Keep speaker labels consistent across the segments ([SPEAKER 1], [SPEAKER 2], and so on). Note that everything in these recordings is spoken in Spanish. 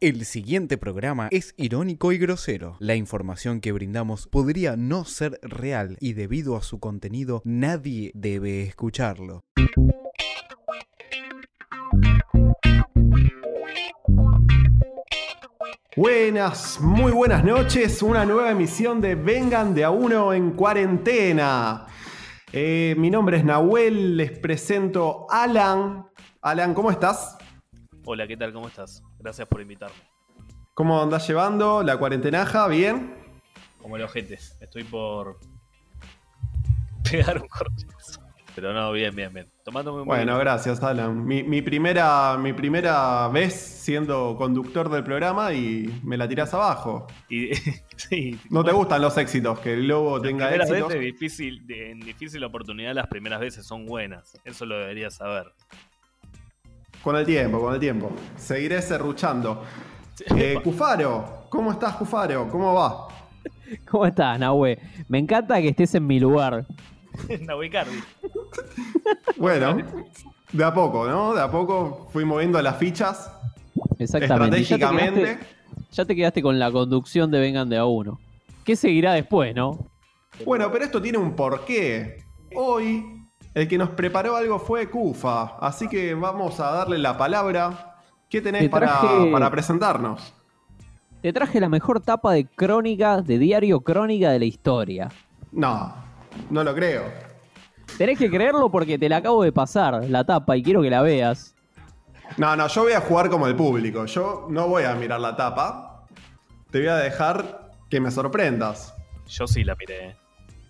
[SPEAKER 1] El siguiente programa es irónico y grosero. La información que brindamos podría no ser real y debido a su contenido nadie debe escucharlo.
[SPEAKER 2] Buenas, muy buenas noches. Una nueva emisión de Vengan de a uno en cuarentena. Eh, mi nombre es Nahuel, les presento Alan. Alan, ¿cómo estás?
[SPEAKER 3] Hola, ¿qué tal? ¿Cómo estás? Gracias por invitarme.
[SPEAKER 2] ¿Cómo andás llevando la cuarentenaja? ¿Bien?
[SPEAKER 3] Como el ojete, estoy por pegar un corchazo. Pero no, bien, bien, bien. Tomándome un
[SPEAKER 2] Bueno,
[SPEAKER 3] momento.
[SPEAKER 2] gracias Alan. Mi, mi primera, mi primera vez siendo conductor del programa y me la tirás abajo.
[SPEAKER 3] Y, sí,
[SPEAKER 2] No te gustan los éxitos, que el lobo tenga
[SPEAKER 3] primeras
[SPEAKER 2] éxitos.
[SPEAKER 3] veces difícil, de- en difícil oportunidad las primeras veces son buenas. Eso lo deberías saber.
[SPEAKER 2] Con el tiempo, con el tiempo. Seguiré serruchando. Eh, Cufaro, ¿cómo estás Cufaro? ¿Cómo va?
[SPEAKER 4] ¿Cómo estás, Nahue? Me encanta que estés en mi lugar.
[SPEAKER 3] Nahui Cardi.
[SPEAKER 2] Bueno, de a poco, ¿no? De a poco fui moviendo las fichas
[SPEAKER 4] Exactamente. Y ya te
[SPEAKER 2] estratégicamente.
[SPEAKER 4] quedaste- Ya te quedaste con la conducción de Vengan de a uno. ¿Qué seguirá después, no?
[SPEAKER 2] Bueno, pero esto tiene un porqué. Hoy el que nos preparó algo fue Cufa, así que vamos a darle la palabra. ¿Qué tenés
[SPEAKER 4] Te
[SPEAKER 2] para,
[SPEAKER 4] traje-
[SPEAKER 2] para presentarnos?
[SPEAKER 4] Te traje la mejor tapa de crónica, de diario crónica de la historia.
[SPEAKER 2] No, no lo creo.
[SPEAKER 4] Tenés que creerlo porque te la acabo de pasar, la tapa, y quiero que la veas.
[SPEAKER 2] No, no, yo voy a jugar como el público. Yo no voy a mirar la tapa. Te voy a dejar que me sorprendas.
[SPEAKER 3] Yo sí la miré. eh.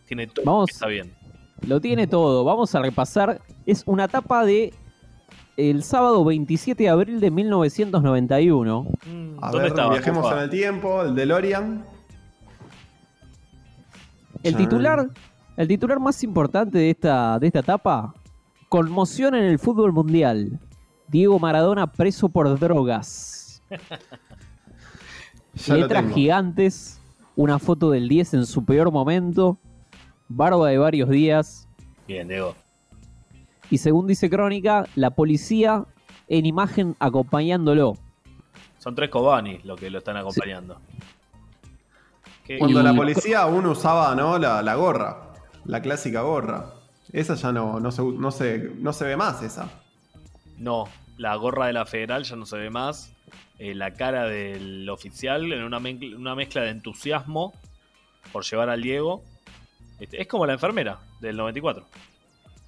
[SPEAKER 3] Tiene todo.
[SPEAKER 4] Vamos.
[SPEAKER 3] Está bien.
[SPEAKER 4] Lo tiene todo. Vamos a repasar. Es una tapa de el sábado 27 de abril de 1991.
[SPEAKER 3] Mm,
[SPEAKER 2] A
[SPEAKER 3] ¿Dónde
[SPEAKER 2] ver,
[SPEAKER 3] estaba?
[SPEAKER 2] viajemos
[SPEAKER 3] Cufa?
[SPEAKER 2] en el tiempo, el DeLorean.
[SPEAKER 4] El
[SPEAKER 2] Chan.
[SPEAKER 4] titular, el titular más importante de esta, de esta etapa, conmoción en el fútbol mundial. Diego Maradona preso por drogas.
[SPEAKER 2] Ya lo
[SPEAKER 4] Letras
[SPEAKER 2] tengo.
[SPEAKER 4] gigantes, una foto del 10 en su peor momento, barba de varios días
[SPEAKER 3] Bien, Diego.
[SPEAKER 4] y según dice Crónica, la policía en imagen acompañándolo.
[SPEAKER 3] Son tres Cobani los que lo están acompañando. Qué-
[SPEAKER 2] Cuando
[SPEAKER 4] Y-
[SPEAKER 2] la policía aún usaba ¿no? la, la gorra, la clásica gorra. Esa ya no, no, se, u- no, se, no se ve más esa.
[SPEAKER 3] No, la gorra de la federal ya no se ve más. eh, la cara del oficial en una, men- una mezcla de entusiasmo por llevar al Diego. Este, es como la enfermera del 94.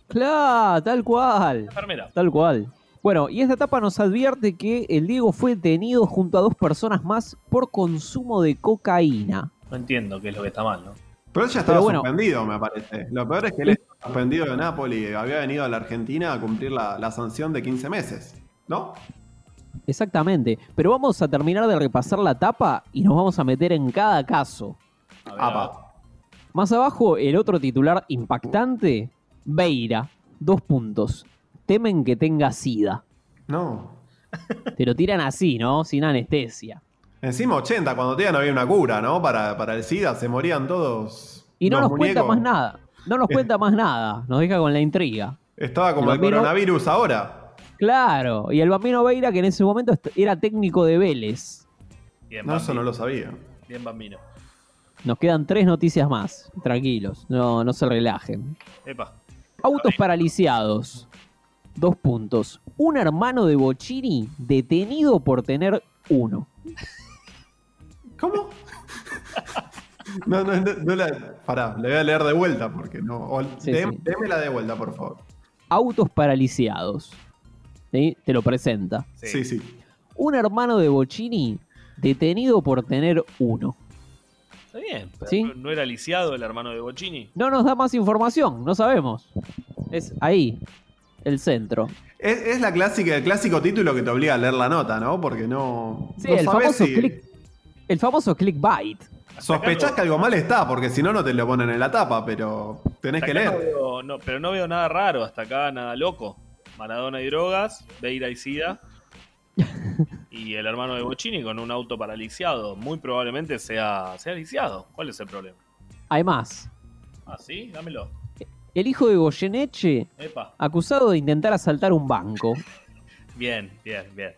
[SPEAKER 4] Claro, tal cual.
[SPEAKER 3] La enfermera.
[SPEAKER 4] Tal cual. Bueno, y esta etapa nos advierte que el Diego fue detenido junto a dos personas más por consumo de cocaína.
[SPEAKER 3] No entiendo qué es lo que está mal, ¿no?
[SPEAKER 2] Pero él ya estaba
[SPEAKER 4] Pero bueno.
[SPEAKER 2] suspendido, me parece. Lo peor es que él estaba suspendido de Nápoli. Había venido a la Argentina a cumplir la, la sanción de 15 meses. ¿No?
[SPEAKER 4] Exactamente. Pero vamos a terminar de repasar la etapa y nos vamos a meter en cada caso.
[SPEAKER 3] A ver, ah, a ver.
[SPEAKER 2] Apa.
[SPEAKER 4] Más abajo, el otro titular impactante, Beira. Dos puntos. Temen que tenga sida.
[SPEAKER 2] No.
[SPEAKER 4] Te lo tiran así, ¿no? Sin anestesia.
[SPEAKER 2] Encima 80, cuando te no había una cura, ¿no? Para, para el SIDA, se morían todos.
[SPEAKER 4] Y no
[SPEAKER 2] los
[SPEAKER 4] nos cuenta
[SPEAKER 2] muñecos.
[SPEAKER 4] más nada. No nos cuenta más nada. Nos deja con la intriga.
[SPEAKER 2] Estaba como
[SPEAKER 4] Los
[SPEAKER 2] el
[SPEAKER 4] miro-
[SPEAKER 2] coronavirus ahora.
[SPEAKER 4] Claro. Y el bambino Beira, que en ese momento est- era técnico de Vélez.
[SPEAKER 3] Bien,
[SPEAKER 2] No, eso
[SPEAKER 3] Bambino,
[SPEAKER 2] no lo sabía.
[SPEAKER 3] bien, Bambino.
[SPEAKER 4] Nos quedan tres noticias más. Tranquilos, no, no se relajen.
[SPEAKER 3] Epa.
[SPEAKER 4] Autos paralizados. Dos puntos. Un hermano de Bocini detenido por tener uno.
[SPEAKER 2] ¿Cómo? No, no, no, no la. Pará, le voy a leer de vuelta porque no. o-
[SPEAKER 4] Sí,
[SPEAKER 2] dé-
[SPEAKER 4] sí.
[SPEAKER 2] Démela de vuelta, por favor.
[SPEAKER 4] Autos paralizados. ¿Sí? Te lo presenta.
[SPEAKER 3] Sí.
[SPEAKER 2] Sí, sí.
[SPEAKER 4] Un hermano de Bocini detenido por tener uno.
[SPEAKER 3] Está bien. pero
[SPEAKER 4] Sí.
[SPEAKER 3] no- ¿No era lisiado el hermano de Bocini?
[SPEAKER 4] No nos da más información, no sabemos. Es ahí, el centro.
[SPEAKER 2] Es, es la clásica, el clásico título que te obliga a leer la nota, ¿no? Porque no.
[SPEAKER 4] Sí,
[SPEAKER 2] no
[SPEAKER 4] el,
[SPEAKER 2] sabés
[SPEAKER 4] famoso
[SPEAKER 2] si-
[SPEAKER 4] click, el famoso clickbait.
[SPEAKER 2] Sospechás que algo mal está, porque si no, no te lo ponen en la tapa, pero tenés
[SPEAKER 3] Hasta
[SPEAKER 2] que
[SPEAKER 3] acá no
[SPEAKER 2] leer.
[SPEAKER 3] veo- no, pero no veo nada raro, hasta acá nada loco. Maradona y drogas, Beira y Sida. y el hermano de Bocini con un auto paraliciado. Muy probablemente sea, sea lisiado. ¿Cuál es el problema?
[SPEAKER 4] Además,
[SPEAKER 3] Ah, sí, dámelo.
[SPEAKER 4] el hijo de Goyeneche
[SPEAKER 3] Epa.
[SPEAKER 4] acusado de intentar asaltar un banco.
[SPEAKER 3] Bien, bien, bien.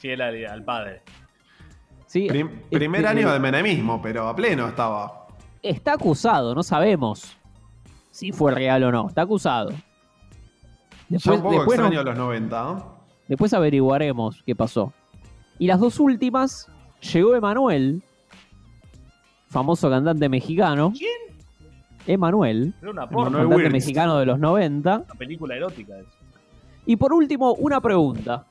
[SPEAKER 3] Fiel al, al padre.
[SPEAKER 4] ¿sí?
[SPEAKER 2] Prim-
[SPEAKER 4] Eh,
[SPEAKER 2] primer
[SPEAKER 4] eh,
[SPEAKER 2] año de menemismo, pero a pleno estaba.
[SPEAKER 4] Está acusado, no sabemos si fue real o no. Está acusado.
[SPEAKER 2] Ya
[SPEAKER 4] Después,
[SPEAKER 2] un poco
[SPEAKER 4] después nos-
[SPEAKER 2] extraño los 90, ¿no?
[SPEAKER 4] Después averiguaremos qué pasó. Y las dos últimas, llegó Emanuel, famoso cantante mexicano.
[SPEAKER 3] ¿Quién?
[SPEAKER 4] Emanuel,
[SPEAKER 3] Era una porno,
[SPEAKER 2] Manuel
[SPEAKER 4] cantante
[SPEAKER 2] Wirtz.
[SPEAKER 4] mexicano de los 90.
[SPEAKER 3] una película erótica. eso.
[SPEAKER 4] Y por último, una pregunta.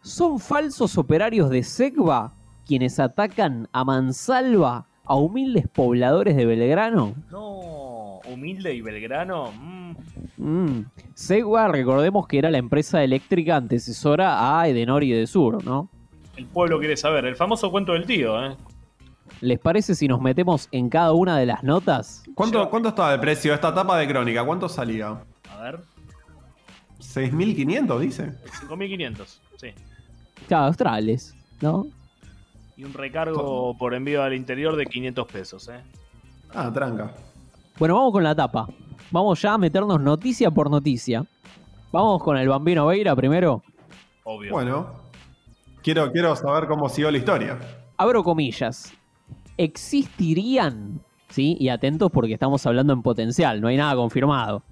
[SPEAKER 4] ¿Son falsos operarios de Segva quienes atacan a mansalva a humildes pobladores de Belgrano?
[SPEAKER 3] No, humilde y Belgrano. mm.
[SPEAKER 4] Mm. Segva, recordemos que era la empresa eléctrica antecesora a Edenor y de Sur, ¿no?
[SPEAKER 3] El pueblo quiere saber. El famoso cuento del tío, ¿eh?
[SPEAKER 4] ¿Les parece si nos metemos en cada una de las notas?
[SPEAKER 2] ¿Cuánto,
[SPEAKER 3] Yo-
[SPEAKER 2] ¿Cuánto estaba de precio esta etapa de crónica? ¿Cuánto salía?
[SPEAKER 3] A ver,
[SPEAKER 2] 6.500, dice.
[SPEAKER 3] 5.500, sí.
[SPEAKER 4] Claro, australes, ¿no?
[SPEAKER 3] Y un recargo por envío al interior de 500 pesos, ¿eh?
[SPEAKER 2] Ah, tranca.
[SPEAKER 4] Bueno, vamos con la tapa. Vamos ya a meternos noticia por noticia. Vamos con el Bambino Veira primero.
[SPEAKER 3] Obvio.
[SPEAKER 2] Bueno, quiero, quiero saber cómo siguió la historia.
[SPEAKER 4] Abro comillas. Existirían, ¿sí? Y atentos porque estamos hablando en potencial, no hay nada confirmado.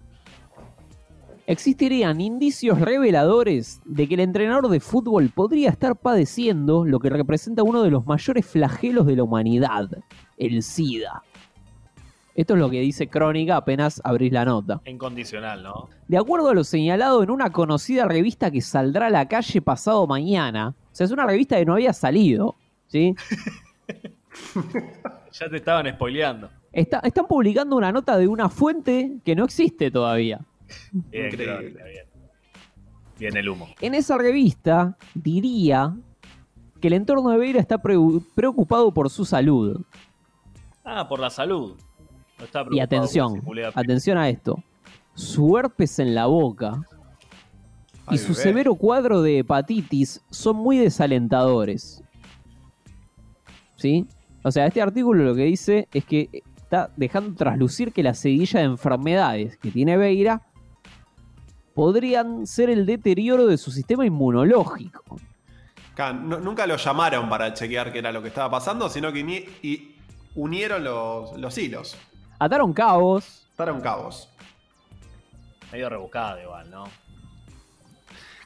[SPEAKER 4] Existirían indicios reveladores de que el entrenador de fútbol podría estar padeciendo lo que representa uno de los mayores flagelos de la humanidad, el SIDA. Esto es lo que dice Crónica apenas abrís la nota.
[SPEAKER 3] En condicional, ¿no?
[SPEAKER 4] De acuerdo a lo señalado en una conocida revista que saldrá a la calle pasado mañana, o sea, es una revista que no había salido, ¿sí?
[SPEAKER 3] Ya te estaban spoileando.
[SPEAKER 4] Está- están publicando una nota de una fuente que no existe todavía.
[SPEAKER 3] Bien,
[SPEAKER 2] Increíble.
[SPEAKER 3] Crónica, bien. Bien el humo.
[SPEAKER 4] En esa revista diría que el entorno de Beira está preu- preocupado por su salud.
[SPEAKER 3] Ah, por la salud. No está preocupado
[SPEAKER 4] Y
[SPEAKER 3] por
[SPEAKER 4] atención,
[SPEAKER 3] si culea-
[SPEAKER 4] atención a esto. Su herpes en la boca y
[SPEAKER 2] Ay,
[SPEAKER 4] su
[SPEAKER 2] bebé.
[SPEAKER 4] severo cuadro de hepatitis son muy desalentadores. ¿Sí? O sea, este artículo lo que dice es que está dejando traslucir que la seguilla de enfermedades que tiene Beira podrían ser el deterioro de su sistema inmunológico.
[SPEAKER 2] Acá, no- nunca lo llamaron para chequear qué era lo que estaba pasando, sino que ni- y unieron los, los hilos.
[SPEAKER 4] Ataron cabos.
[SPEAKER 2] Estaron cabos.
[SPEAKER 3] Medio rebuscado igual, ¿no?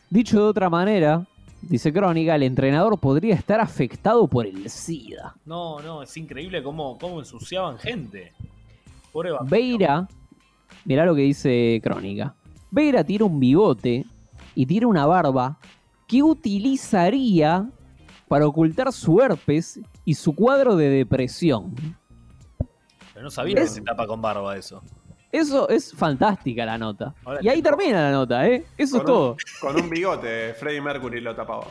[SPEAKER 4] Dicho de otra manera, dice Crónica, el entrenador podría estar afectado por el SIDA.
[SPEAKER 3] No, no, es increíble cómo, cómo ensuciaban gente. Pobre vampiro.
[SPEAKER 4] Beira, mirá lo que dice Crónica. Beira tiene un bigote y tiene una barba que utilizaría para ocultar su herpes y su cuadro de depresión.
[SPEAKER 3] Pero no sabía que
[SPEAKER 4] Es-
[SPEAKER 3] se tapa con barba eso.
[SPEAKER 4] Eso es fantástica la nota.
[SPEAKER 3] Ahora
[SPEAKER 4] y ahí
[SPEAKER 3] tengo-
[SPEAKER 4] termina la nota, ¿eh? Eso
[SPEAKER 2] Con
[SPEAKER 4] es
[SPEAKER 2] un-
[SPEAKER 4] todo.
[SPEAKER 2] Con un bigote, Freddie Mercury lo tapaba.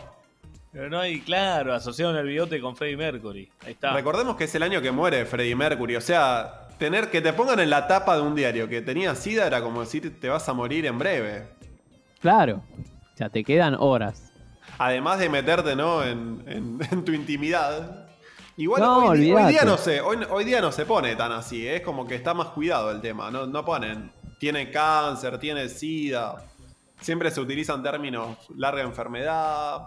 [SPEAKER 3] Pero no hay, claro, asociaron el bigote con Freddie Mercury. Ahí está.
[SPEAKER 2] Recordemos que es el año que muere Freddie Mercury. O sea, tener que te pongan en la tapa de un diario que tenía sida era como decir te vas a morir en breve.
[SPEAKER 4] Claro. Ya te quedan horas.
[SPEAKER 2] Además de meterte, ¿no? En, en- en tu intimidad. Igual
[SPEAKER 4] No,
[SPEAKER 2] hoy, di- hoy día
[SPEAKER 4] olvidate.
[SPEAKER 2] no se, hoy, hoy día no se pone tan así. ¿eh? Es como que está más cuidado el tema. No, no ponen. Tiene cáncer, tiene sida. Siempre se utilizan términos larga enfermedad.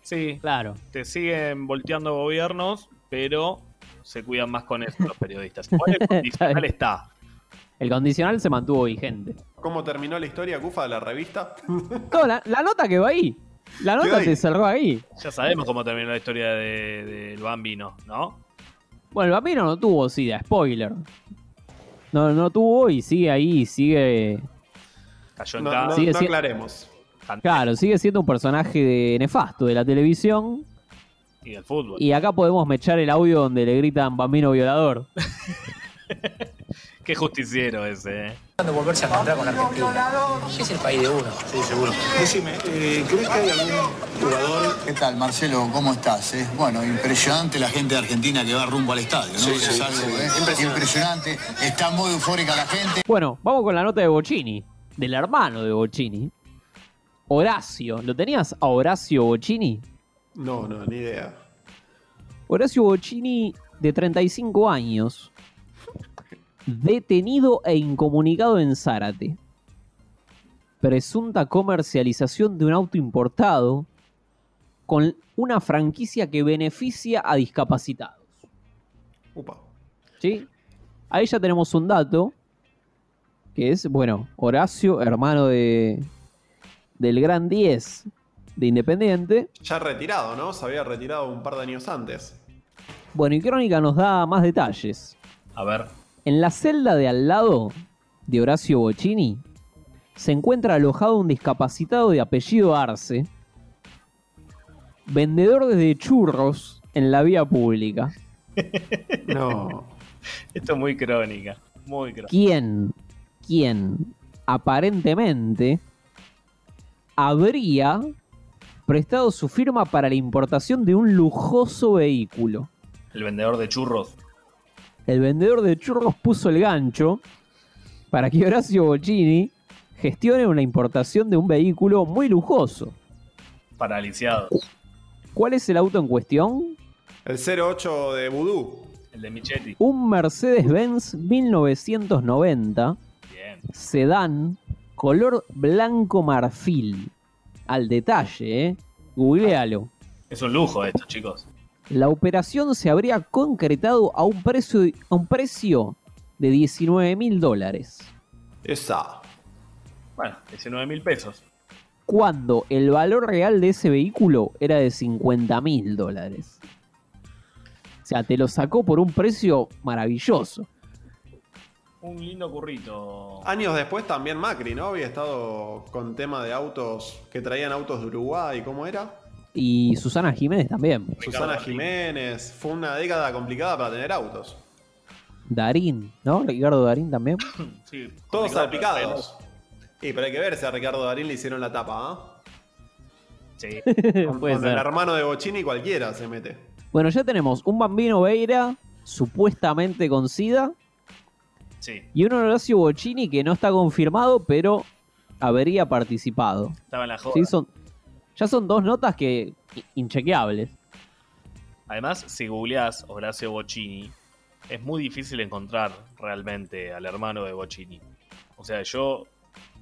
[SPEAKER 3] Sí,
[SPEAKER 4] Claro.
[SPEAKER 3] te siguen volteando gobiernos, pero se cuidan más con eso los periodistas. Igual el condicional está.
[SPEAKER 4] El condicional se mantuvo vigente.
[SPEAKER 2] ¿Cómo terminó la historia cufa de la revista?
[SPEAKER 4] No, la, la nota quedó ahí. La
[SPEAKER 2] Quedó
[SPEAKER 4] nota
[SPEAKER 2] ahí.
[SPEAKER 4] se cerró ahí.
[SPEAKER 3] Ya sabemos cómo terminó la historia de- del bambino, ¿no?
[SPEAKER 4] Bueno, el vampiro no tuvo SIDA, spoiler. No, no tuvo y sigue ahí, sigue.
[SPEAKER 3] Cayó
[SPEAKER 2] No,
[SPEAKER 3] en
[SPEAKER 2] no-
[SPEAKER 3] casa.
[SPEAKER 4] Sigue
[SPEAKER 2] no
[SPEAKER 4] siendo-
[SPEAKER 2] aclaremos.
[SPEAKER 4] Claro, sigue siendo un personaje de- nefasto de la televisión.
[SPEAKER 3] Y el fútbol.
[SPEAKER 4] Y acá podemos mechar el audio donde le gritan bambino violador.
[SPEAKER 3] Qué justiciero ese, ¿eh?
[SPEAKER 5] de volverse a encontrar con Argentina. que Es el país de uno. Sí, seguro.
[SPEAKER 6] Decime, eh, ¿crees que hay algún jugador?
[SPEAKER 7] ¿Qué tal, Marcelo? ¿Cómo estás? eh? Bueno, impresionante la gente de Argentina que va rumbo al estadio, ¿no? es algo eh, impresionante. Está muy eufórica la gente.
[SPEAKER 4] Bueno, vamos con la nota de Bocini, del hermano de Bocini. Horacio, ¿lo tenías a Horacio Bocini?
[SPEAKER 2] No, no, ni idea.
[SPEAKER 4] Horacio Bocini, de 35 años, detenido e incomunicado en Zárate. Presunta comercialización de un auto importado con una franquicia que beneficia a discapacitados.
[SPEAKER 2] Upa.
[SPEAKER 4] ¿Sí? Ahí ya tenemos un dato, que es, bueno, Horacio, hermano de del Gran 10 de Independiente.
[SPEAKER 2] Ya retirado, ¿no? Se había retirado un par de años antes.
[SPEAKER 4] Bueno, y Crónica nos da más detalles.
[SPEAKER 3] A ver.
[SPEAKER 4] En la celda de al lado de Horacio Bocchini se encuentra alojado un discapacitado de apellido Arce, vendedor de churros en la vía pública,
[SPEAKER 2] No.
[SPEAKER 3] Esto es muy crónica. Muy crónica.
[SPEAKER 4] quien, quien aparentemente habría prestado su firma para la importación de un lujoso vehículo.
[SPEAKER 3] El vendedor de churros.
[SPEAKER 4] El vendedor de churros puso el gancho para que Horacio Bocchini gestione una importación de un vehículo muy lujoso.
[SPEAKER 3] Paraliciado.
[SPEAKER 4] ¿Cuál es el auto en cuestión?
[SPEAKER 2] El 08 de Vudú.
[SPEAKER 3] El de Michetti.
[SPEAKER 4] Un Mercedes-Benz 1990
[SPEAKER 3] Bien.
[SPEAKER 4] sedán color blanco marfil. Al detalle, ¿eh? Googlealo.
[SPEAKER 3] Es un lujo esto, chicos.
[SPEAKER 4] La operación se habría concretado a un precio, a un precio de 19 mil dólares.
[SPEAKER 2] Esa.
[SPEAKER 3] Bueno, 19 mil pesos.
[SPEAKER 4] Cuando el valor real de ese vehículo era de 50 mil dólares. O sea, te lo sacó por un precio maravilloso.
[SPEAKER 3] Un lindo currito.
[SPEAKER 2] Años después también Macri, ¿no? Había estado con tema de autos que traían autos de Uruguay, ¿cómo era?
[SPEAKER 4] Y Susana Jiménez también.
[SPEAKER 2] Susana
[SPEAKER 3] Martín.
[SPEAKER 2] Jiménez. Fue una década complicada para tener autos.
[SPEAKER 4] Darín, ¿no? Ricardo Darín también.
[SPEAKER 3] Sí,
[SPEAKER 2] Todos
[SPEAKER 3] complicado, pero
[SPEAKER 2] salpicados. Y pero hay que ver si a Ricardo Darín le hicieron la tapa, ¿ah?
[SPEAKER 3] Sí.
[SPEAKER 2] Con,
[SPEAKER 4] Puede
[SPEAKER 2] con
[SPEAKER 4] ser.
[SPEAKER 2] el hermano de Bochini cualquiera se mete.
[SPEAKER 4] Bueno, ya tenemos un bambino Veira supuestamente con SIDA
[SPEAKER 3] Sí.
[SPEAKER 4] y un Horacio Bocchini que no está confirmado, pero habría participado.
[SPEAKER 3] Estaba en la joda.
[SPEAKER 4] Sí, son, ya son dos notas que i- inchequeables.
[SPEAKER 3] Además, si googleás Horacio Bocchini, es muy difícil encontrar realmente al hermano de Bocchini. O sea, yo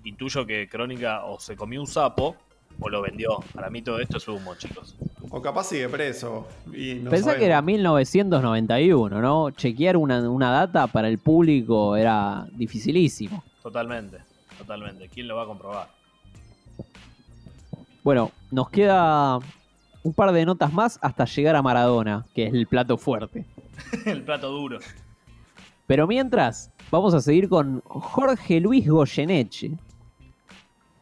[SPEAKER 3] intuyo que Crónica o se comió un sapo o lo vendió. Para mí todo esto es humo, chicos.
[SPEAKER 2] O capaz sigue preso. Y no
[SPEAKER 4] Pensá
[SPEAKER 2] sabemos.
[SPEAKER 4] que era 1991, ¿no? Chequear una, una data para el público era dificilísimo.
[SPEAKER 3] Totalmente, totalmente. ¿Quién lo va a comprobar?
[SPEAKER 4] Bueno, nos queda un par de notas más hasta llegar a Maradona, que es el plato fuerte.
[SPEAKER 3] El plato duro.
[SPEAKER 4] Pero mientras, vamos a seguir con Jorge Luis Goyeneche.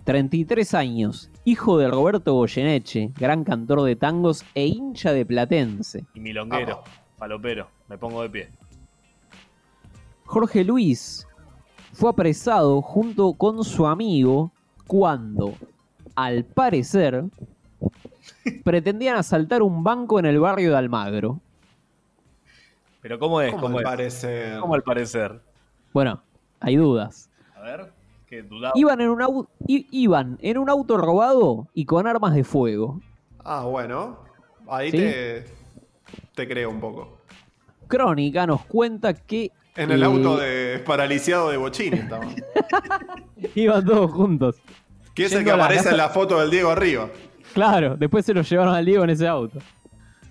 [SPEAKER 4] 33 años, hijo de Roberto Goyeneche, gran cantor de tangos e hincha de Platense.
[SPEAKER 3] Y milonguero,
[SPEAKER 2] Vamos.
[SPEAKER 3] palopero, me pongo de pie.
[SPEAKER 4] Jorge Luis fue apresado junto con su amigo cuando, al parecer, pretendían asaltar un banco en el barrio de Almagro.
[SPEAKER 3] Pero ¿cómo es?
[SPEAKER 2] ¿Cómo,
[SPEAKER 3] ¿Cómo,
[SPEAKER 2] al
[SPEAKER 3] es?
[SPEAKER 2] parecer?
[SPEAKER 3] ¿Cómo al parecer?
[SPEAKER 4] Bueno, hay dudas.
[SPEAKER 3] A ver, que dudaba.
[SPEAKER 4] Iban en un au- i- iban en un auto robado y con armas de fuego.
[SPEAKER 2] Ah, bueno. Ahí
[SPEAKER 4] ¿Sí?
[SPEAKER 2] te, te creo un poco.
[SPEAKER 4] Crónica nos cuenta que
[SPEAKER 2] En el
[SPEAKER 4] eh,
[SPEAKER 2] auto de paraliciado de Bochini estamos.
[SPEAKER 4] iban todos juntos.
[SPEAKER 2] Que es el
[SPEAKER 4] Yendo
[SPEAKER 2] que
[SPEAKER 4] a la
[SPEAKER 2] aparece
[SPEAKER 4] casa-
[SPEAKER 2] en la foto del Diego arriba.
[SPEAKER 4] Claro, después se lo llevaron al Diego en ese auto.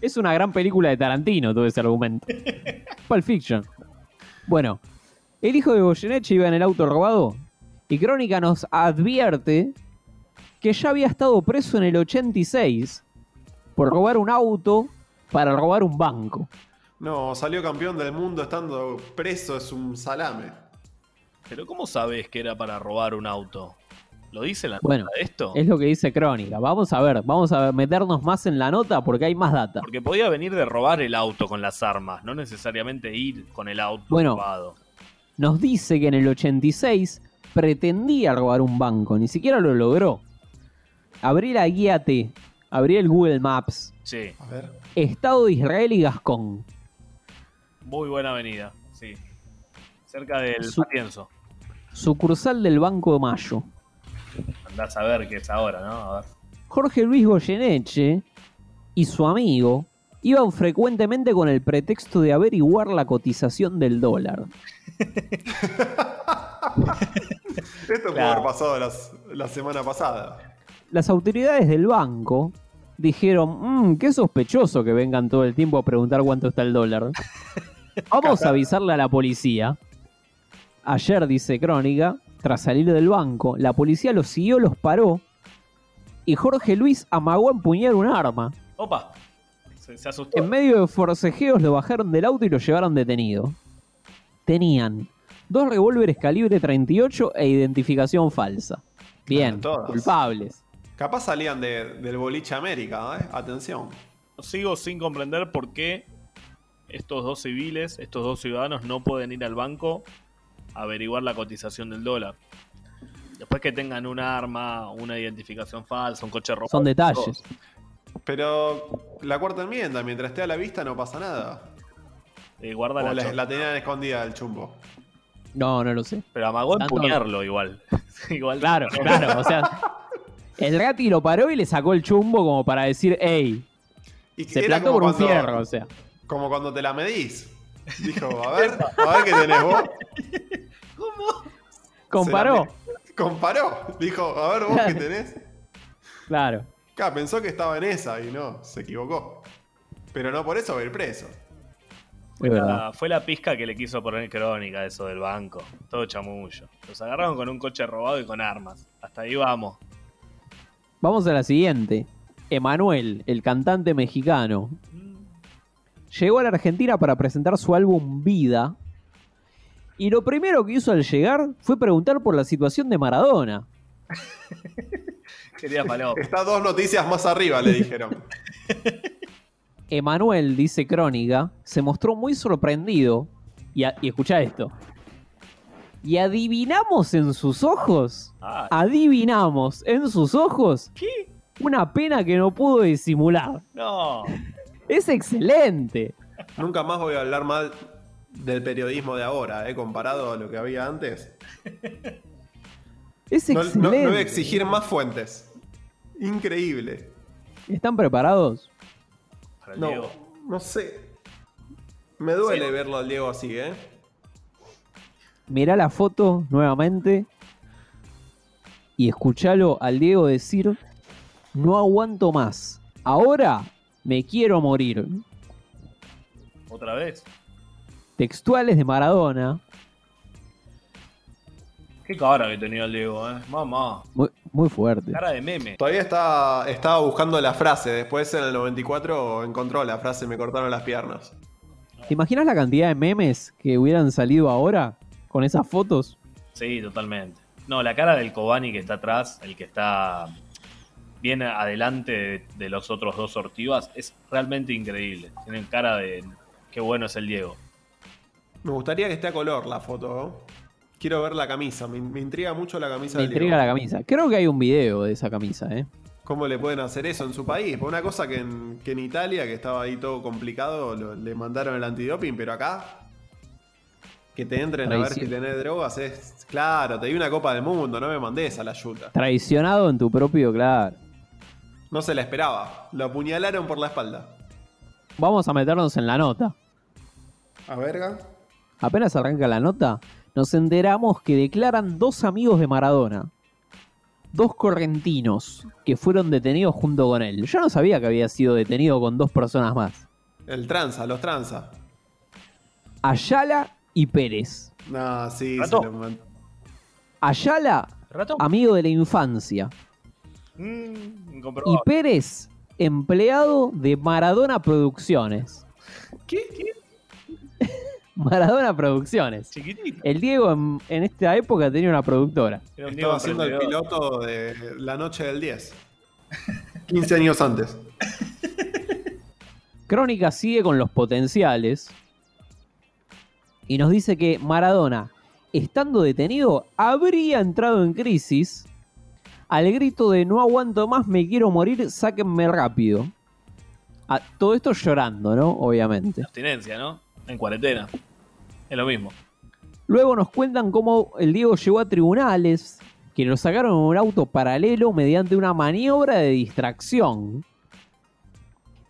[SPEAKER 4] Es una gran película de Tarantino todo ese argumento. Pulp Fiction. Bueno, el hijo de Goyeneche iba en el auto robado y Crónica nos advierte que ya había estado preso en el 86 por robar un auto para robar un banco.
[SPEAKER 2] No, salió campeón del mundo estando preso, es un salame.
[SPEAKER 3] Pero ¿cómo sabes que era para robar un auto? ¿Lo dice la nota
[SPEAKER 4] Bueno,
[SPEAKER 3] de esto?
[SPEAKER 4] Es lo que dice Crónica. Vamos a ver, vamos a meternos más en la nota porque hay más data.
[SPEAKER 3] Porque podía venir de robar el auto con las armas, no necesariamente ir con el auto
[SPEAKER 4] Bueno.
[SPEAKER 3] robado.
[SPEAKER 4] nos dice que en el 86 pretendía robar un banco, ni siquiera lo logró. Abrí la guía T, abrí el Google Maps,
[SPEAKER 3] Sí,
[SPEAKER 2] A ver.
[SPEAKER 4] Estado de Israel y Gascón.
[SPEAKER 3] muy buena avenida, sí. Cerca del
[SPEAKER 4] Su-
[SPEAKER 3] Matienzo.
[SPEAKER 4] Sucursal del Banco de Mayo.
[SPEAKER 3] Andás a ver qué es ahora, ¿no? A ver.
[SPEAKER 4] Jorge Luis Goyeneche y su amigo iban frecuentemente con el pretexto de averiguar la cotización del dólar.
[SPEAKER 2] Esto pudo haber pasado las- la semana pasada.
[SPEAKER 4] Las autoridades del banco dijeron, mmm, qué sospechoso que vengan todo el tiempo a preguntar cuánto está el dólar. Vamos a avisarle a la policía. Ayer, dice Crónica, tras salir del banco, la policía los siguió, los paró y Jorge Luis amagó a empuñar un arma.
[SPEAKER 3] Opa. Se, se asustó.
[SPEAKER 4] En medio de forcejeos lo bajaron del auto y lo llevaron detenido. Tenían dos revólveres calibre 38 e identificación falsa. Bien,
[SPEAKER 2] Ah, todas.
[SPEAKER 4] culpables.
[SPEAKER 2] Capaz salían de- del boliche América, ¿eh? Atención.
[SPEAKER 3] Sigo sin comprender por qué estos dos civiles, estos dos ciudadanos, no pueden ir al banco a averiguar la cotización del dólar. Después que tengan un arma, una identificación falsa, un coche robado.
[SPEAKER 4] Son detalles.
[SPEAKER 2] Pero la cuarta enmienda, mientras esté a la vista no pasa nada.
[SPEAKER 3] Eh, guarda
[SPEAKER 2] O
[SPEAKER 3] la
[SPEAKER 2] la,
[SPEAKER 3] chota.
[SPEAKER 2] la tenían escondida el chumbo.
[SPEAKER 4] No, no lo sé.
[SPEAKER 3] Pero amagó
[SPEAKER 4] Tanto-
[SPEAKER 3] empuñarlo igual. igual.
[SPEAKER 4] Claro, claro, o sea. El Gatti lo paró y le sacó el chumbo como para decir, ¡ey!
[SPEAKER 2] Y
[SPEAKER 4] Se
[SPEAKER 2] era
[SPEAKER 4] plantó
[SPEAKER 2] como
[SPEAKER 4] por un
[SPEAKER 2] cuando-
[SPEAKER 4] fierro, o sea.
[SPEAKER 2] Como cuando te la medís. Dijo, a ver, a ver qué tenés vos.
[SPEAKER 4] Comparó.
[SPEAKER 2] Se la me- Comparó. Dijo, a ver vos qué tenés.
[SPEAKER 4] Claro.
[SPEAKER 2] Claro, pensó que estaba en esa y no, se equivocó. Pero no por eso va a ir preso.
[SPEAKER 4] Es verdad.
[SPEAKER 3] Ah, fue la pizca que le quiso poner crónica eso del banco. Todo chamullo. Los agarraron con un coche robado y con armas. Hasta ahí vamos.
[SPEAKER 4] Vamos a la siguiente. Emanuel, el cantante mexicano, llegó a la Argentina para presentar su álbum Vida. Y lo primero que hizo al llegar fue preguntar por la situación de Maradona.
[SPEAKER 3] Quería palo.
[SPEAKER 2] Está dos noticias más arriba, le dijeron.
[SPEAKER 4] Emanuel, dice Crónica, se mostró muy sorprendido. Y, a- y escucha esto. Y adivinamos en sus ojos.
[SPEAKER 3] Ah,
[SPEAKER 4] Adivinamos en sus ojos
[SPEAKER 3] ¿Qué?
[SPEAKER 4] una pena que no pudo disimular.
[SPEAKER 3] No.
[SPEAKER 4] Es excelente.
[SPEAKER 2] Nunca más voy a hablar mal del periodismo de ahora, ¿eh? comparado a lo que había antes.
[SPEAKER 4] Es
[SPEAKER 2] No,
[SPEAKER 4] excelente.
[SPEAKER 2] no- no voy a exigir más fuentes. Increíble.
[SPEAKER 4] ¿Están preparados?
[SPEAKER 3] Para el
[SPEAKER 2] No,
[SPEAKER 3] Diego.
[SPEAKER 2] no sé. Me duele verlo al Diego así, ¿eh?
[SPEAKER 4] Mirá la foto nuevamente y escuchalo al Diego decir, no aguanto más. Ahora me quiero morir.
[SPEAKER 3] Otra vez.
[SPEAKER 4] Textuales de Maradona.
[SPEAKER 3] Qué cara que tenía el Diego, eh. Mamá.
[SPEAKER 4] Muy, muy fuerte.
[SPEAKER 3] Cara de meme.
[SPEAKER 2] Todavía está, estaba buscando la frase. Después en el 94 encontró la frase, me cortaron las piernas.
[SPEAKER 4] ¿Te imaginas la cantidad de memes que hubieran salido ahora con esas fotos?
[SPEAKER 3] Sí, totalmente. No, la cara del Kobani que está atrás, el que está bien adelante de, de los otros dos sortivas, es realmente increíble. Tienen cara de qué bueno es el Diego.
[SPEAKER 2] Me gustaría que esté a color la foto. ¿no? Quiero ver la camisa. Me, me intriga mucho la camisa
[SPEAKER 4] Me
[SPEAKER 2] del
[SPEAKER 4] intriga
[SPEAKER 2] Diego.
[SPEAKER 4] la camisa. Creo que hay un video de esa camisa, ¿eh?
[SPEAKER 2] ¿Cómo le pueden hacer eso en su país? Por una cosa que en, que en Italia, que estaba ahí todo complicado, lo- le mandaron el antidoping, pero acá. Que te entren a ver
[SPEAKER 4] Traición.
[SPEAKER 2] si tenés drogas es. Claro, te di una copa del mundo, no me mandés a la yuta.
[SPEAKER 4] Traicionado en tu propio, claro.
[SPEAKER 2] No se la esperaba. Lo apuñalaron por la espalda.
[SPEAKER 4] Vamos a meternos en la nota.
[SPEAKER 2] A verga.
[SPEAKER 4] Apenas arranca la nota, nos enteramos que declaran dos amigos de Maradona, dos correntinos, que fueron detenidos junto con él. Yo no sabía que había sido detenido con dos personas más,
[SPEAKER 2] El tranza, los tranza.
[SPEAKER 4] Ayala y Pérez.
[SPEAKER 2] No, sí,
[SPEAKER 3] Rato.
[SPEAKER 2] se lo man-
[SPEAKER 4] Ayala,
[SPEAKER 3] ¿Rato?
[SPEAKER 4] amigo de la infancia,
[SPEAKER 3] Mm,
[SPEAKER 4] y
[SPEAKER 3] incomprobable.
[SPEAKER 4] Pérez, empleado de Maradona Producciones.
[SPEAKER 3] ¿Qué? ¿Qué?
[SPEAKER 4] Maradona Producciones.
[SPEAKER 3] Chiquitito.
[SPEAKER 4] El Diego en, en esta época tenía una productora.
[SPEAKER 3] Era un Diego
[SPEAKER 2] Estaba haciendo el
[SPEAKER 3] emprendedor.
[SPEAKER 2] piloto de la noche del 10. 15 años antes.
[SPEAKER 4] Crónica sigue con los potenciales y nos dice que Maradona, estando detenido, habría entrado en crisis al grito de no aguanto más, me quiero morir, sáquenme rápido. A- todo esto llorando, ¿no? Obviamente.
[SPEAKER 3] Abstinencia, ¿no? En cuarentena. Es lo mismo.
[SPEAKER 4] Luego nos cuentan cómo el Diego llegó a tribunales, que lo sacaron en un auto paralelo mediante una maniobra de distracción.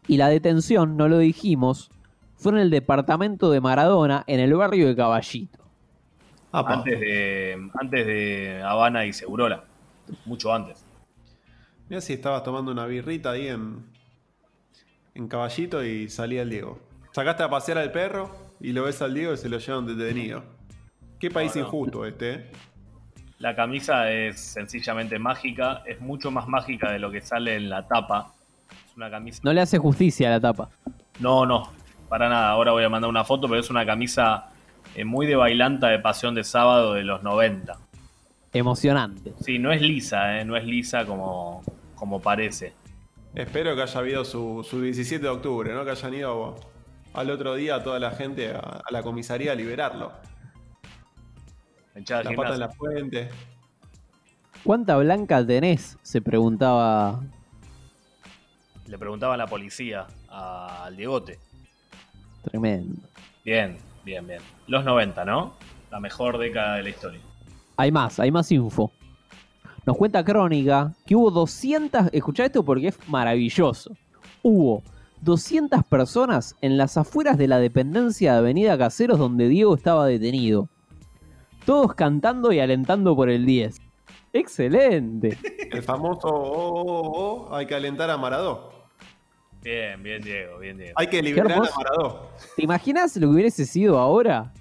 [SPEAKER 4] Y la detención, no lo dijimos, fue en el departamento de Maradona, en el barrio de Caballito.
[SPEAKER 2] Apa.
[SPEAKER 3] Antes de, antes de Habana y Segurola. Mucho antes.
[SPEAKER 2] Mirá si estabas tomando una birrita ahí en, en caballito y salía el Diego. Sacaste a pasear al perro y lo ves al Diego y se lo llevan detenido. Qué país
[SPEAKER 3] No, no.
[SPEAKER 2] injusto este, ¿eh?
[SPEAKER 3] La camisa es sencillamente mágica, es mucho más mágica de lo que sale en la tapa. Es una camisa.
[SPEAKER 4] No le hace justicia a la tapa.
[SPEAKER 3] No, no, para nada. Ahora voy a mandar una foto, pero es una camisa eh, muy de bailanta de pasión de sábado de los 90.
[SPEAKER 4] Emocionante.
[SPEAKER 3] Sí, no es lisa, eh, no es lisa como, como parece.
[SPEAKER 2] Espero que haya habido su, su 17 de octubre, ¿no? Que hayan ido al otro día toda la gente a, a la comisaría a liberarlo.
[SPEAKER 3] La hinchada de
[SPEAKER 2] La pata en
[SPEAKER 3] Gimnasia.
[SPEAKER 2] la fuente.
[SPEAKER 4] ¿Cuánta blanca tenés? Se preguntaba.
[SPEAKER 3] Le preguntaba a la policía, a- al Diegote.
[SPEAKER 4] Tremendo.
[SPEAKER 3] Bien, bien, bien. Los 90, ¿no? La mejor década de la historia.
[SPEAKER 4] Hay más, hay más info. Nos cuenta Crónica que hubo 200. Escucha esto porque es maravilloso. Hubo 200 personas en las afueras de la dependencia de Avenida Caseros donde Diego estaba detenido. Todos cantando y alentando por el 10. ¡Excelente!
[SPEAKER 2] El famoso oh, oh, oh, hay que alentar a Maradó.
[SPEAKER 3] Bien, bien, Diego, bien, Diego.
[SPEAKER 2] Hay que liberar a
[SPEAKER 4] hermoso.
[SPEAKER 2] Maradó.
[SPEAKER 4] ¿Te imaginas lo que hubiese sido ahora?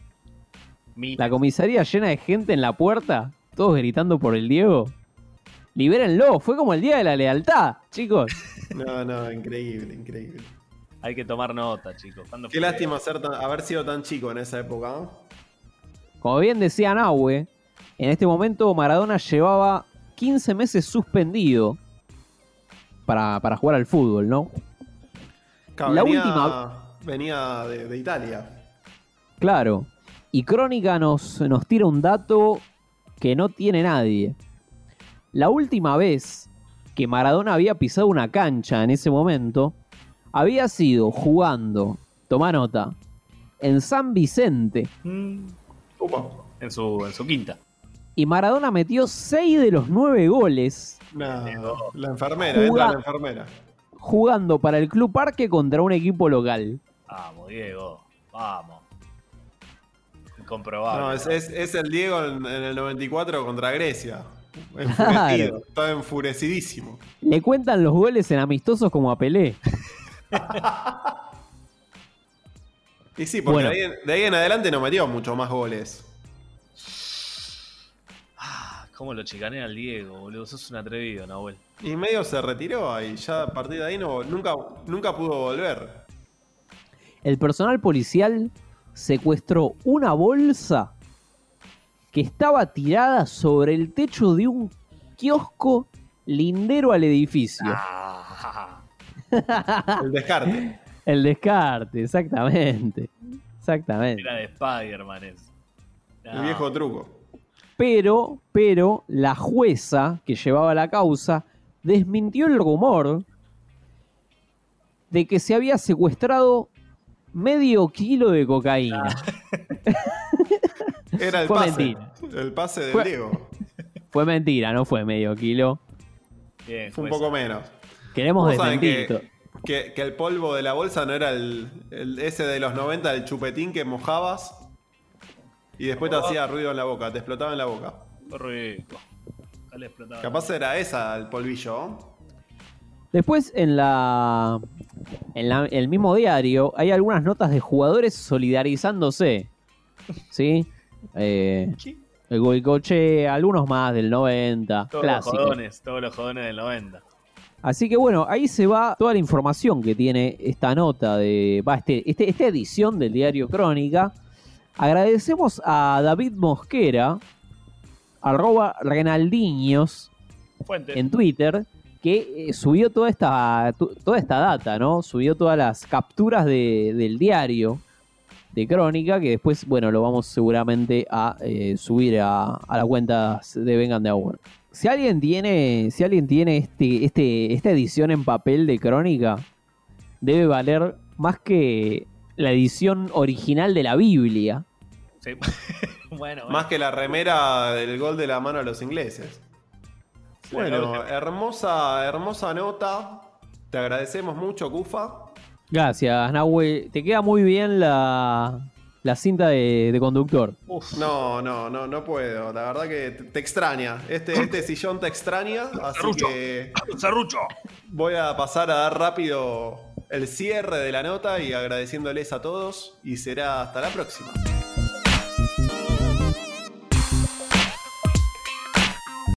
[SPEAKER 3] Mi-
[SPEAKER 4] La comisaría llena de gente en la puerta, todos gritando por el Diego. Libérenlo, fue como el día de la lealtad, chicos.
[SPEAKER 2] No, no, increíble, increíble.
[SPEAKER 3] Hay que tomar nota, chicos. ¿Cuándo
[SPEAKER 2] Qué
[SPEAKER 3] fue?
[SPEAKER 2] lástima ser tan- haber sido tan chico en esa época, ¿no?
[SPEAKER 4] Como bien decía Nahue, en este momento Maradona llevaba 15 meses suspendido para, para jugar al fútbol, ¿no?
[SPEAKER 2] Claro,
[SPEAKER 4] La
[SPEAKER 2] venía,
[SPEAKER 4] última-
[SPEAKER 2] Venía de, de Italia.
[SPEAKER 4] Claro. Y Crónica nos, nos tira un dato que no tiene nadie. La última vez que Maradona había pisado una cancha en ese momento, había sido jugando, toma nota, en San Vicente.
[SPEAKER 3] Mm,
[SPEAKER 2] Upa.
[SPEAKER 3] En su, en su quinta.
[SPEAKER 4] Y Maradona metió 6 de los 9 goles
[SPEAKER 2] No, la enfermera, entra
[SPEAKER 4] Jugá.
[SPEAKER 2] la enfermera.
[SPEAKER 4] jugando para el Club Parque contra un equipo local.
[SPEAKER 3] Vamos, Diego. Vamos. Incomprobable.
[SPEAKER 2] No, es, es- es el Diego en, en el 94 contra Grecia. Enfurecido,
[SPEAKER 4] Claro.
[SPEAKER 2] está enfurecidísimo.
[SPEAKER 4] Le cuentan los goles en amistosos como a Pelé.
[SPEAKER 2] Y sí, porque
[SPEAKER 4] Bueno.
[SPEAKER 2] de, ahí, en- de ahí en adelante no metió mucho más goles.
[SPEAKER 3] Ah, ¿Cómo lo chicanea al Diego, boludo? Sos un atrevido, Nahuel.
[SPEAKER 2] Y medio se retiró y ya a partir de ahí no, nunca, nunca pudo volver.
[SPEAKER 4] El personal policial secuestró una bolsa que estaba tirada sobre el techo de un kiosco lindero al edificio.
[SPEAKER 3] Ah,
[SPEAKER 4] Ah.
[SPEAKER 2] El descarte.
[SPEAKER 4] El descarte, exactamente. Exactamente.
[SPEAKER 3] era de Spider-Man es.
[SPEAKER 2] El viejo truco.
[SPEAKER 4] Pero, pero, la jueza que llevaba la causa desmintió el rumor de que se había secuestrado medio kilo de cocaína.
[SPEAKER 3] Ah.
[SPEAKER 2] Era el
[SPEAKER 4] Fue
[SPEAKER 2] pase.
[SPEAKER 4] mentira.
[SPEAKER 2] El pase del
[SPEAKER 4] Fue-
[SPEAKER 2] Diego.
[SPEAKER 4] Fue mentira, no fue medio kilo.
[SPEAKER 3] Ah, Bien,
[SPEAKER 2] Fue un
[SPEAKER 3] juez.
[SPEAKER 2] poco menos.
[SPEAKER 4] Queremos
[SPEAKER 2] Vos saben
[SPEAKER 4] desmentir. esto.
[SPEAKER 2] que, que- que el polvo de la bolsa no era el, el- ese de los 90, el chupetín que mojabas y después te hacía ruido en la boca, te explotaba en la boca.
[SPEAKER 3] Qué rico. Ya le explotaba.
[SPEAKER 2] Capaz era esa el polvillo. ¿no?
[SPEAKER 4] Después, en la, en la- el mismo diario, hay algunas notas de jugadores solidarizándose. ¿Sí? Eh,
[SPEAKER 3] ¿Qué?
[SPEAKER 4] el Goicoche, algunos más del 90.
[SPEAKER 3] Todos
[SPEAKER 4] clásico.
[SPEAKER 3] los jodones, todos los jodones del 90.
[SPEAKER 4] Así que bueno, ahí se va toda la información que tiene esta nota de. Va, este, este- esta edición del diario Crónica. Agradecemos a David Mosquera, arroba Renaldiños,
[SPEAKER 3] Fuente.
[SPEAKER 4] en Twitter que eh, subió toda esta, tu- toda esta data, ¿no? Subió todas las capturas de- del diario de Crónica, que después, bueno, lo vamos seguramente a eh, subir a, a las cuentas de Vengan de Agua. Si alguien tiene, si alguien tiene este, este, esta edición en papel de Crónica, debe valer más que la edición original de la Biblia.
[SPEAKER 3] Sí. bueno,
[SPEAKER 2] Más
[SPEAKER 3] bueno.
[SPEAKER 2] que la remera del gol de la mano a los ingleses.
[SPEAKER 3] Se le acabó
[SPEAKER 2] Bueno,
[SPEAKER 3] el
[SPEAKER 2] hermosa, hermosa nota. Te agradecemos mucho, Cufa.
[SPEAKER 4] Gracias, Nahue. Te queda muy bien la, la cinta de- de conductor.
[SPEAKER 3] Uf,
[SPEAKER 2] No, no, no, no puedo. La verdad que te te extraña. Este, este sillón te extraña, así
[SPEAKER 3] Serrucho.
[SPEAKER 2] que
[SPEAKER 3] Serrucho.
[SPEAKER 2] Voy a pasar a dar rápido el cierre de la nota y agradeciéndoles a todos y será hasta la próxima.